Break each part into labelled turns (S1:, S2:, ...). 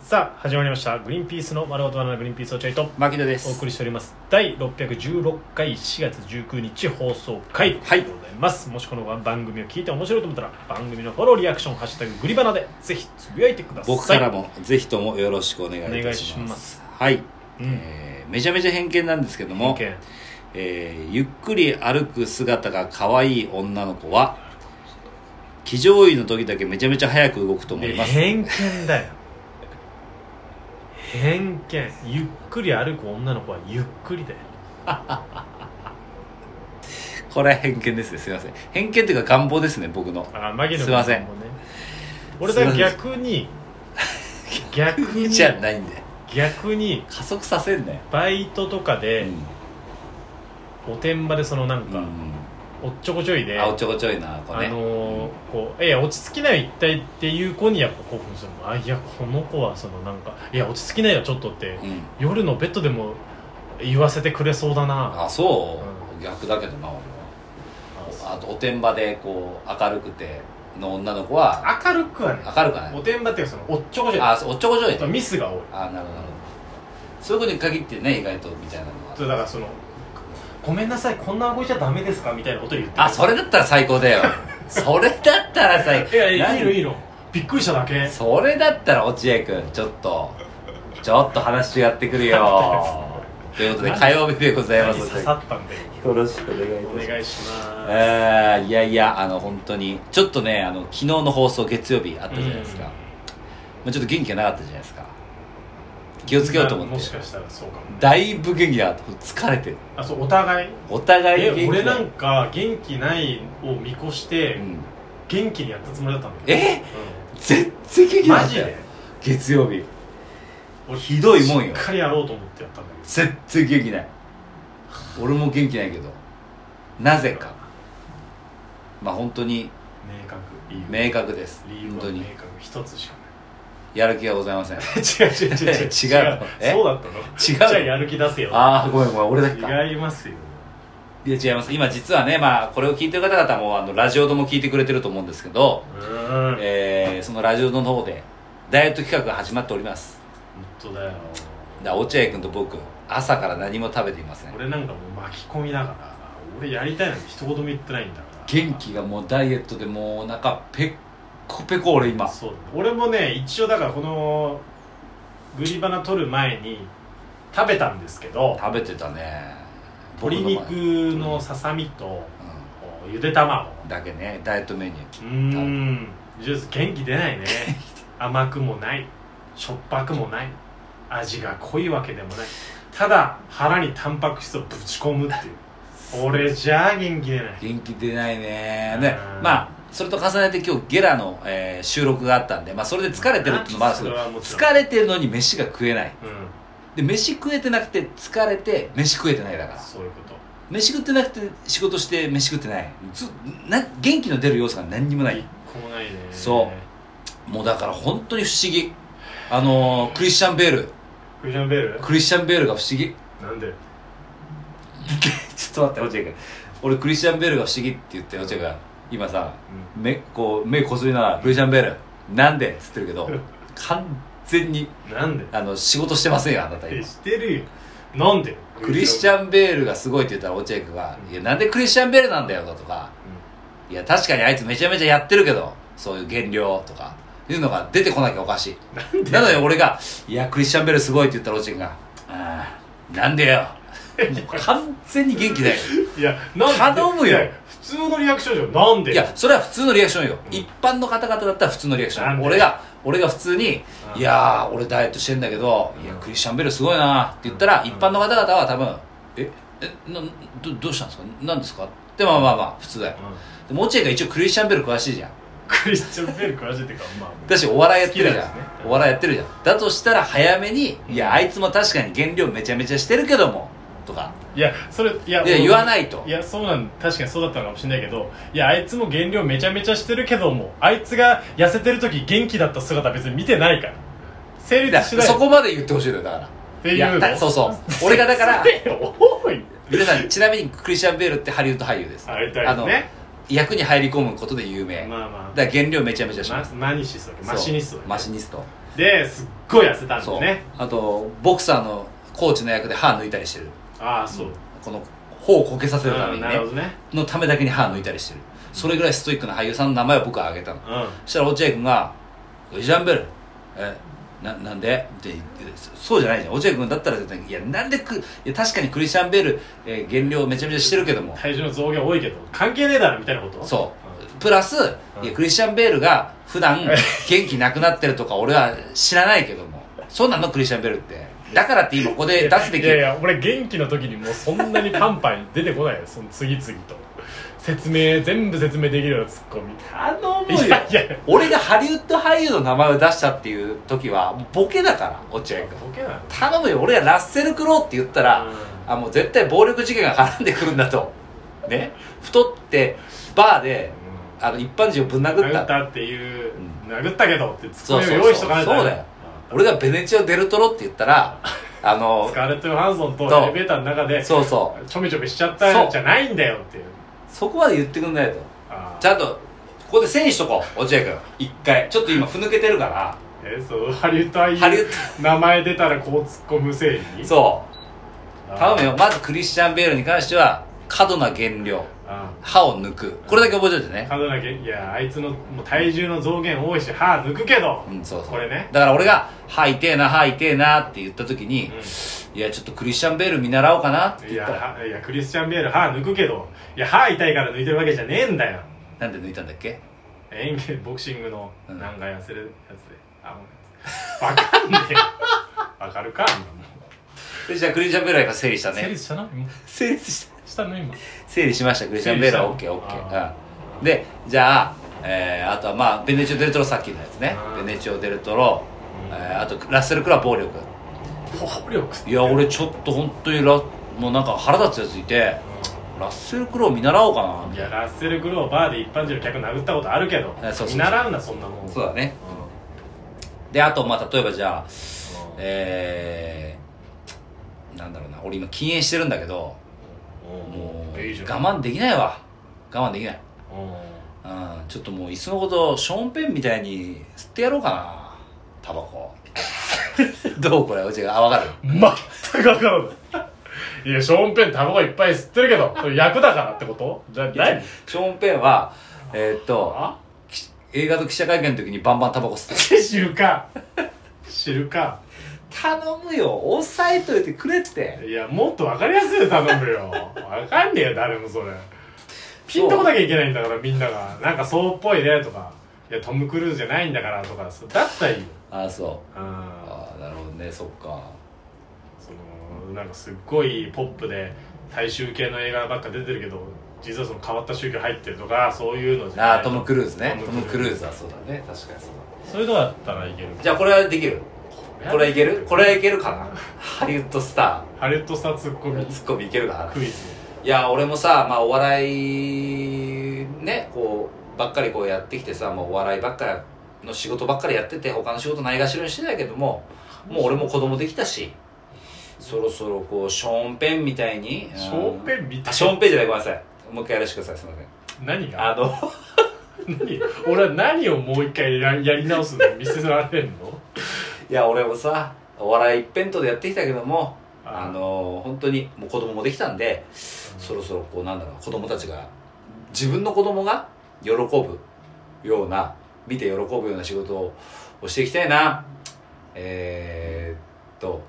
S1: さあ始まりました「グリーンピースの丸ごとバナナグリーンピースをちょいと」
S2: 牧野で
S1: お
S2: す
S1: 送りしております第616回4月19日放送回でございます、もしこの番組を聞いて面白いと思ったら番組のフォローリアクション「ハッシュタググリバナ」でぜひつぶやいてください
S2: 僕からもぜひともよろしくお願いいたし
S1: お願いし
S2: ます
S1: ます
S2: はい、
S1: うん
S2: えーめちゃめちゃ偏見なんですけども
S1: 偏、見
S2: えーゆっくり歩く姿が可愛い女の子は騎乗位の時だけめちゃめちゃ早く動くと思います
S1: 偏見だよ偏見ゆっくり歩く女の子はゆっくりだよ
S2: これは偏見ですねすいません偏見というか願望ですね僕の
S1: あ牧野
S2: すいません
S1: 君もね俺だから逆に逆に
S2: じゃないんで
S1: 逆に
S2: 加速させんなよ、
S1: バイトとか
S2: う
S1: で、
S2: ん
S1: おてんばでそのなん
S2: う
S1: か、
S2: ん
S1: おっちょこちょいで、
S2: あおちょこちょいな子
S1: あ
S2: ね、
S1: のーこういや落ち着きなよ一体っていう子にやっぱ興奮するのあいやこの子はそのなんかいや落ち着きなよちょっとって
S2: うん、
S1: 夜のベッドでも言わせてくれそうだな
S2: あそう、逆だけどな俺はあとおてんばでこう明るくての女の子は
S1: 明るくはね
S2: 明るくはない
S1: おてんばっていうかそのおっちょこちょい
S2: あそうおっちょこちょいね
S1: ミスが多い
S2: あなるほどなるほどそういうことに限ってね意外とみたいなの
S1: ちょっと
S2: は
S1: だからそのごめんなさいこんな動いちゃダメですかみたいなこと言ってくる
S2: あそれだったら最高 だよそれだったら最
S1: いやいやいいのい
S2: い
S1: いのびっくりしただけ
S2: それだったら落合君ちょっとちょっと話違ってく るよということで火曜日でございま
S1: 何
S2: す
S1: 刺さったんで
S2: よろしくお願いい
S1: お願いします
S2: えーいやいやあの本当にちょっとねあの昨日の放送月曜日あったじゃないですか、
S1: うん
S2: まあ、ちょっと元気がなかったじゃないですか気をつけようと思
S1: も
S2: っ
S1: してかしたらそうかも
S2: だいぶ元気だった疲れてる
S1: あそうお互い
S2: お互い
S1: え
S2: 元気
S1: 俺なんか元気ないを見越して
S2: うん、
S1: 元気にやったつもりだったんだけど
S2: え全然元
S1: うん
S2: 気なか
S1: マ
S2: っ
S1: ジ
S2: たよ
S1: で
S2: 月曜日
S1: 俺
S2: ひどいもんよ
S1: しっかりやろうと思ってやったんだけ
S2: 全然元気ない俺も元気ないけどなぜかまあ本当に
S1: ど明確理由
S2: 明確です
S1: 理由
S2: 本
S1: は
S2: 当
S1: 明
S2: に
S1: 確一つしか
S2: やる気がござい ません
S1: ない違う違う違 う違う
S2: 違うのえ
S1: そうだったの
S2: 違う
S1: じゃあやる気出せよ
S2: ああごめんごめん俺だけか
S1: 違いますよ
S2: いや違います今実はね、まあ、これを聞いてる方々もあのラジオとも聞いてくれてると思うんですけど、
S1: うーん
S2: えーそのラジオの方でダイエット企画が始まっております
S1: 本当だよ
S2: だから落合君と僕朝から何も食べていません
S1: 俺なんかもう巻き込みだから俺やりたいなんて一言も言ってないんだから
S2: 元気がもうダイエットでもうお腹ペッコペコ俺今
S1: そうだね俺もね一応だからこのグリバナ取る前に食べたんですけど
S2: 食べてたね
S1: 鶏肉のささみとこうゆで卵
S2: うん、だけねダイエットメニュ
S1: うーんジュース元気出ないね甘くもないしょっぱくもない味が濃いわけでもないただ腹にタンパク質をぶち込むっていう俺じゃあ元気出ない
S2: ー元気出ないねで
S1: うん
S2: まあそれと重ねて今日ゲラの、えー収録があったんで、まあ、それで疲れてるっていうのもあるんですけど
S1: それはもちろん
S2: 疲れてるのに飯が食えない
S1: うん
S2: で飯食えてなくて疲れて飯食えてないだから
S1: そういうこと
S2: 飯食ってなくて仕事して飯食ってないずな元気の出る要素が何にもな
S1: 一
S2: い
S1: 個もないね
S2: そもうだから本当に不思議あのー、クリスチャン・ベール
S1: クリスチャンベール
S2: クリスチャン・ベールが不思議
S1: なんで
S2: ちょっと待って落合君俺クリスチャン・ベールが不思議って言って落合君今さ目こう目こすりながらクリスチャン・ベールなんでっつってるけど完全に
S1: なん で
S2: あの仕事してませんよあなた
S1: え
S2: 今
S1: してるよなんで
S2: クリスチャン・ベールがすごいって言ったら落合君が「
S1: うん
S2: いやなんでクリスチャン・ベールなんだよ」だとか「いや確かにあいつめちゃめちゃやってるけどそういう減量」とかいうのが出てこなきゃおかし
S1: うん
S2: いなので俺が「いやクリスチャン・ベールすごい」って言ったら落合君が「ああなん でよ」もう完全に元気ない
S1: いやなんで
S2: 頼むよ
S1: いや普通のリアクションじゃんなんで
S2: いやそれは普通のリアクションよ、
S1: うん
S2: 一般の方々だったら普通のリアクショ
S1: なん
S2: ン
S1: で
S2: 俺が俺が普通に
S1: う
S2: 「
S1: ん
S2: いやー俺ダイエットしてんだけど、
S1: うん
S2: いやクリスチャン・ベールすごいな」って言ったら、
S1: うん
S2: 一般の方々は多分「ええなどどうしたんですか何ですか?」ってまあまあまあ普通だよ
S1: うん
S2: でも落合が一応クリスチャン・ベール詳しいじゃん
S1: クリスチャンベール詳しいっていうかまあ
S2: だしお笑いやってるじゃん、
S1: 好きなんですね
S2: お笑いやってるじゃんだとしたら早めに「いやあいつも確かに減量めちゃめちゃしてるけども」とか
S1: いやそれいや
S2: いや
S1: 俺
S2: 言わないと
S1: いやそうなん確かにそうだったのかもしれないけどいやあいつも減量めちゃめちゃしてるけどもあいつが痩せてる時元気だった姿別に見てないから成
S2: だ
S1: 立しない
S2: そこまで言ってほしいのよだから
S1: ていうの
S2: やだそうそう俺がだから
S1: 先生多い
S2: 皆さんちなみにクリスチャン・ベールってハリウッド俳優です
S1: あれだよね
S2: 役に入り込むことで有名、
S1: まあまあ
S2: だから減量めちゃめちゃします、
S1: ママニシスだっけマシニストだっけ
S2: マシニスト
S1: ですっごい痩せたんです
S2: そう、
S1: ね
S2: あとボクサーのコーチの役で歯抜いたりしてる
S1: ああそう、
S2: この頬をこけさせるた
S1: う
S2: め
S1: ん
S2: に
S1: な
S2: ね
S1: るほどね
S2: のためだけに歯抜いたりしてるそれぐらいストイックな俳優さんの名前を僕は挙げたの
S1: うん
S2: そしたら落合君が「ルイジャンベルえななんで?」って言ってそそうじゃないじゃん落合君だったら絶対「いやなんでくいや確かにクリスチャン・ベール、えー減量めちゃめちゃしてるけども
S1: 体重の増減多いけど関係ねえだろみたいなこと
S2: そ
S1: うん
S2: うプラス、
S1: うん
S2: いやクリスチャン・ベールが普段元気なくなってるとか俺は知らないけどもそうなのクリスチャン・ベールってだからって今ここで出すべき
S3: いやいや俺元気の時にもうそんなにパンパン出てこないよその次々と説明全部説明できるようなツッコミ
S2: 頼む
S3: いやいや
S2: 俺がハリウッド俳優の名前を出したっていう時はもうボケだから落合君
S1: ボケなの
S2: 頼むよ俺がラッセル・クローって言ったら、
S1: うん
S2: あもう絶対暴力事件が絡んでくるんだとね太ってバーであの一般人をぶん殴っ
S1: 殴
S2: た
S1: ったっていう
S2: う
S1: 殴ったけどってツッ
S2: そう
S1: コミ
S2: そ
S1: を
S2: う
S1: 用
S2: そう
S1: 意しとかないと
S2: そうだよ俺がベネチオ・デルトロって言ったらあの
S1: スカーレット・ヨハンソンと
S2: そう
S1: エレベーターの中で
S2: そうそう
S1: ちょびちょびしちゃったんじゃないんだよっていう
S2: そこまで言ってくんないと
S1: あ
S2: ちゃんとここでせにしとこう落合君一回ちょっと今ふぬけてるから
S1: ーえそうハリウッド俳優
S2: ハリウッ
S1: 名前出たらこう突っ込む正義
S2: ドそう
S1: あー
S2: 頼むよまずクリスチャン・ベールに関しては過度な減量
S1: あ
S2: 歯を抜くこれだけ覚えておいて
S1: ー
S2: ね
S1: 過度なげいやあいつのもう体重の増減多いし歯抜くけど、
S2: うんそうそう
S1: これね
S2: だから俺が「歯痛えな歯痛えな」って言った時に
S1: うん
S2: 「いやちょっとクリスチャン・ベール見習おうかな」って
S1: い
S2: 言
S1: や
S2: ったら
S1: はいやクリスチャン・ベール歯抜くけどいや歯痛いから抜いてるわけじゃねえんだよ
S2: なんで抜いたんだっけ
S1: 演芸ボクシングの
S2: うん
S1: なんか痩せるやつで、あのわかんねえわかるかあんなもん
S2: でじゃあクリスチャン・ベールは今整理した
S3: 成
S2: ね
S3: 立したな今
S2: 整理した
S3: したの今
S2: 整理しましたクリスチャン・ベールは
S1: 整理した
S2: OKOK うんでじゃあえーあとはまあベネチオ・デルトロさっきのやつね
S1: うん
S2: ベネチオ・デルトロ
S1: うん
S2: えーあとラッセル・クラー暴力
S3: 暴力
S2: いや俺ちょっと本当にラもうなんか腹立つやついてラッセル・クロー見習おうかなみ
S1: い
S2: た
S1: や
S2: い
S1: ラッセル・グローバーで一般人の客殴ったことあるけど
S2: えそうそうそ
S1: 見
S2: う
S1: 習うなそんなもん
S2: なそう
S1: う
S2: だね
S1: ん
S2: であとまあ例えばじゃあ
S1: うん
S2: えー、なんだろうな俺今禁煙してるんだけどもう我
S1: いいじゃん
S2: 慢できないわ我慢できない、
S1: う
S2: うん、ちょっともういっそのことショーンペンみたいに吸ってやろうかなタバコ どうこれうちがあ分かる
S3: 全く分からないいやショーンペンタバコいっぱい吸ってるけどそれ役だからってことじゃあ何
S2: ショーンペンはえーっと
S1: あ
S2: き映画と記者会見の時にバンバンタバコ吸って
S1: 知るか知るか
S2: 頼むよ抑えといてくれって
S1: いやもっと分かりやすいで頼むよ分かんねえよ誰もそれピンとこなきゃいけないんだからみんながなんかそうっぽいねとかいやトム・クルーズじゃないんだからとかそうだったらいいよ
S2: ああそう
S1: あ
S2: ああなるほどねそっか
S1: そのなんかすっごいポップで大衆系の映画ばっか出てるけど実はその変わった宗教入ってるとかそういうのじゃない
S2: ああトム・クルーズねト
S1: ト
S2: ム・
S1: ム
S2: ク
S1: ク
S2: ル
S1: ル
S2: ー
S1: ー
S2: ズはそうだね確かにそう
S3: そういうとこだったらいける
S2: だじゃあこれはできるこれはいけるこれはいいけるかな ハリウッドスタ
S1: ハリウッドスターツッコミ
S2: ーツッコミいけるかな
S1: クイズ
S2: いや俺もさ、まあ、お笑いねこうばっかりこうやってきてさもうお笑いばっかりの仕事ばっかりやってて他の仕事ないがしろにしてたけどももう俺も子供できたしそろそろこうショーンペンみたいに
S1: ショーンペンみた
S2: あ
S1: い
S2: ショーンペンじゃないごめんなさいもう一回やらせてくださいすいません
S1: 何が
S2: あの
S1: 何俺は何をもう一回ややり直すの見せられんの
S2: いや俺もさお笑い一辺倒でやってきたけども
S1: あ
S2: あのー本当にもう子供もできたんでそろそろこうなんだろう子供たちが自分の子供が喜ぶような見て喜ぶような仕事ををしていきたいなえー、っと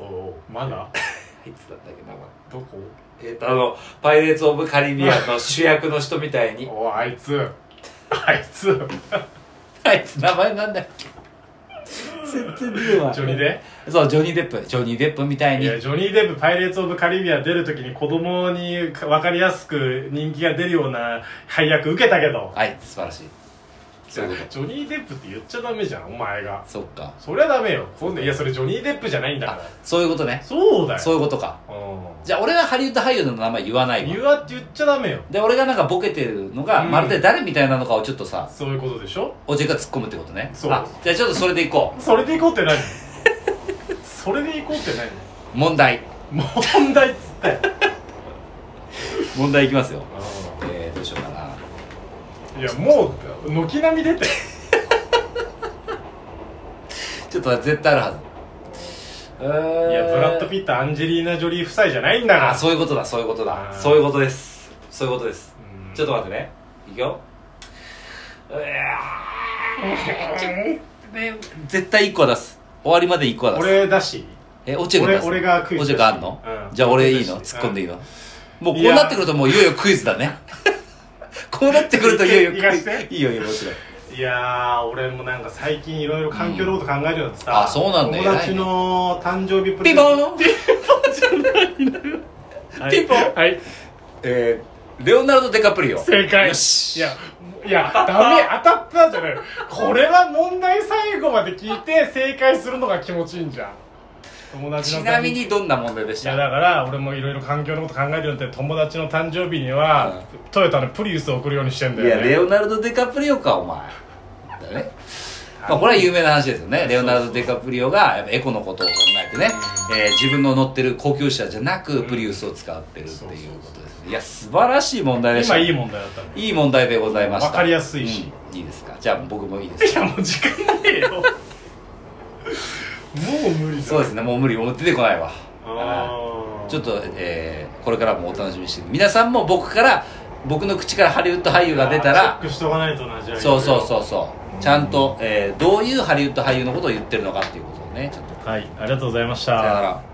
S1: おうまだ
S2: いつだったっけな
S1: どこ
S2: えーっとあの「パイレーツ・オブ・カリビアン」の主役の人みたいに
S1: おうあいつあいつ
S2: あいつ名前なんだっけ全然出てこない
S1: ジョニーデ
S2: そうジョニー・デップジョニー・デップみたい
S1: い
S2: に
S1: やジョニー・デップ「パイレーツ・オブ・カリビア」出るときに子供に分かりやすく人気が出るような配役受けたけど
S2: はい素晴らしいそういうこと
S1: ジョニー・デップって言っちゃダメじゃんお前が
S2: そっか
S1: そりゃダメよ今度いやそれジョニー・デップじゃないんだか
S2: あ
S1: ら
S2: そういうことね
S1: そうだよ
S2: そういうことか
S1: う
S2: じゃあ俺はハリウッド俳優の名前言わない
S1: ん
S2: わ
S1: 言わって言っちゃダメよ
S2: で俺がなんかボケてるのが、
S1: うん
S2: まるで誰みたいなのかをちょっとさ
S1: そういうことでしょ
S2: おじが突っ込むってことね
S1: そう
S2: あじゃあちょっとそれでいこ
S1: それでいこう って何それでいこうって何
S2: う問題
S1: 問題っつって
S2: 問題いきますよえー、どうしようかない
S1: やもう軒並み出て
S2: ちょっと絶対あるはずえー
S1: いやブラッド・ピットアンジェリーナ・ジョリー夫妻じゃないんだから
S2: あそういうことだそういうことだ
S1: あー
S2: そういうことですそういうことです
S1: うん
S2: ちょっと待ってねいくようわーちょね絶対1個は出す終わりまで1個は出す
S1: 俺だし
S2: え落合君出す
S1: 俺俺がクイズ
S2: 落合君あんの
S1: うん
S2: じゃあ俺いい
S1: う
S2: の
S1: ん
S2: 突っ込んでいいのもうこうなってくるともういよいよクイズだね こうなってくるといよい
S1: い
S2: よ
S1: や
S2: ク
S1: い
S2: イズ
S1: やいや
S2: いいよいいよ面白い
S1: いやー俺もなんか最近いろいろ環境のこと考えるようになってさ、
S2: うんあそうなんだ
S1: 友達の誕生日プレ
S2: ピン
S1: ゼン
S2: ポ
S1: ト
S2: ーンピンポン
S3: はい
S2: えーレオナルド・デカプリオ
S3: 正解
S2: よし
S3: いやいやダメ当たったじゃないこれは問題最後まで聞いて正解するのが気持ちいいんじゃん友達の
S2: ち
S3: 誕
S2: なみにどんな問題でし
S3: いや
S2: た
S3: だから俺もいろいろ環境のこと考えてるんで友達の誕生日には、トヨタのプリウスを送るようにしてん
S2: い
S3: だよ
S2: や
S3: ね
S2: レオナルド・デカプリオかお前だねまあ、これは有名な話ですよねレオナルド・デカプリオがやっぱエコのことを考えてね、えー自分の乗ってる高級車じゃなくプリウスを使ってるっていうことですねいや素晴らしい問題でした
S3: 今いい問題だったの
S2: いい問題でございました
S3: わかりやすいし、
S2: うんいいですかじゃあ僕もいいです
S3: いやもう時間ねえよもう無理だ
S2: そうですねもう無理もう出てこないわ
S1: あー
S2: ちょっと、えーこれからもお楽しみにして皆さんも僕から僕の口からハリウッド俳優が出た
S1: あー
S2: ら
S1: チェックしとかないとなじゃあ
S2: そうそうそうそうちゃんと、えーどういうハリウッド俳優のことを言ってるのかっていうことをねちょっと
S3: はいありがとうございまし
S2: さよな
S3: た
S2: ら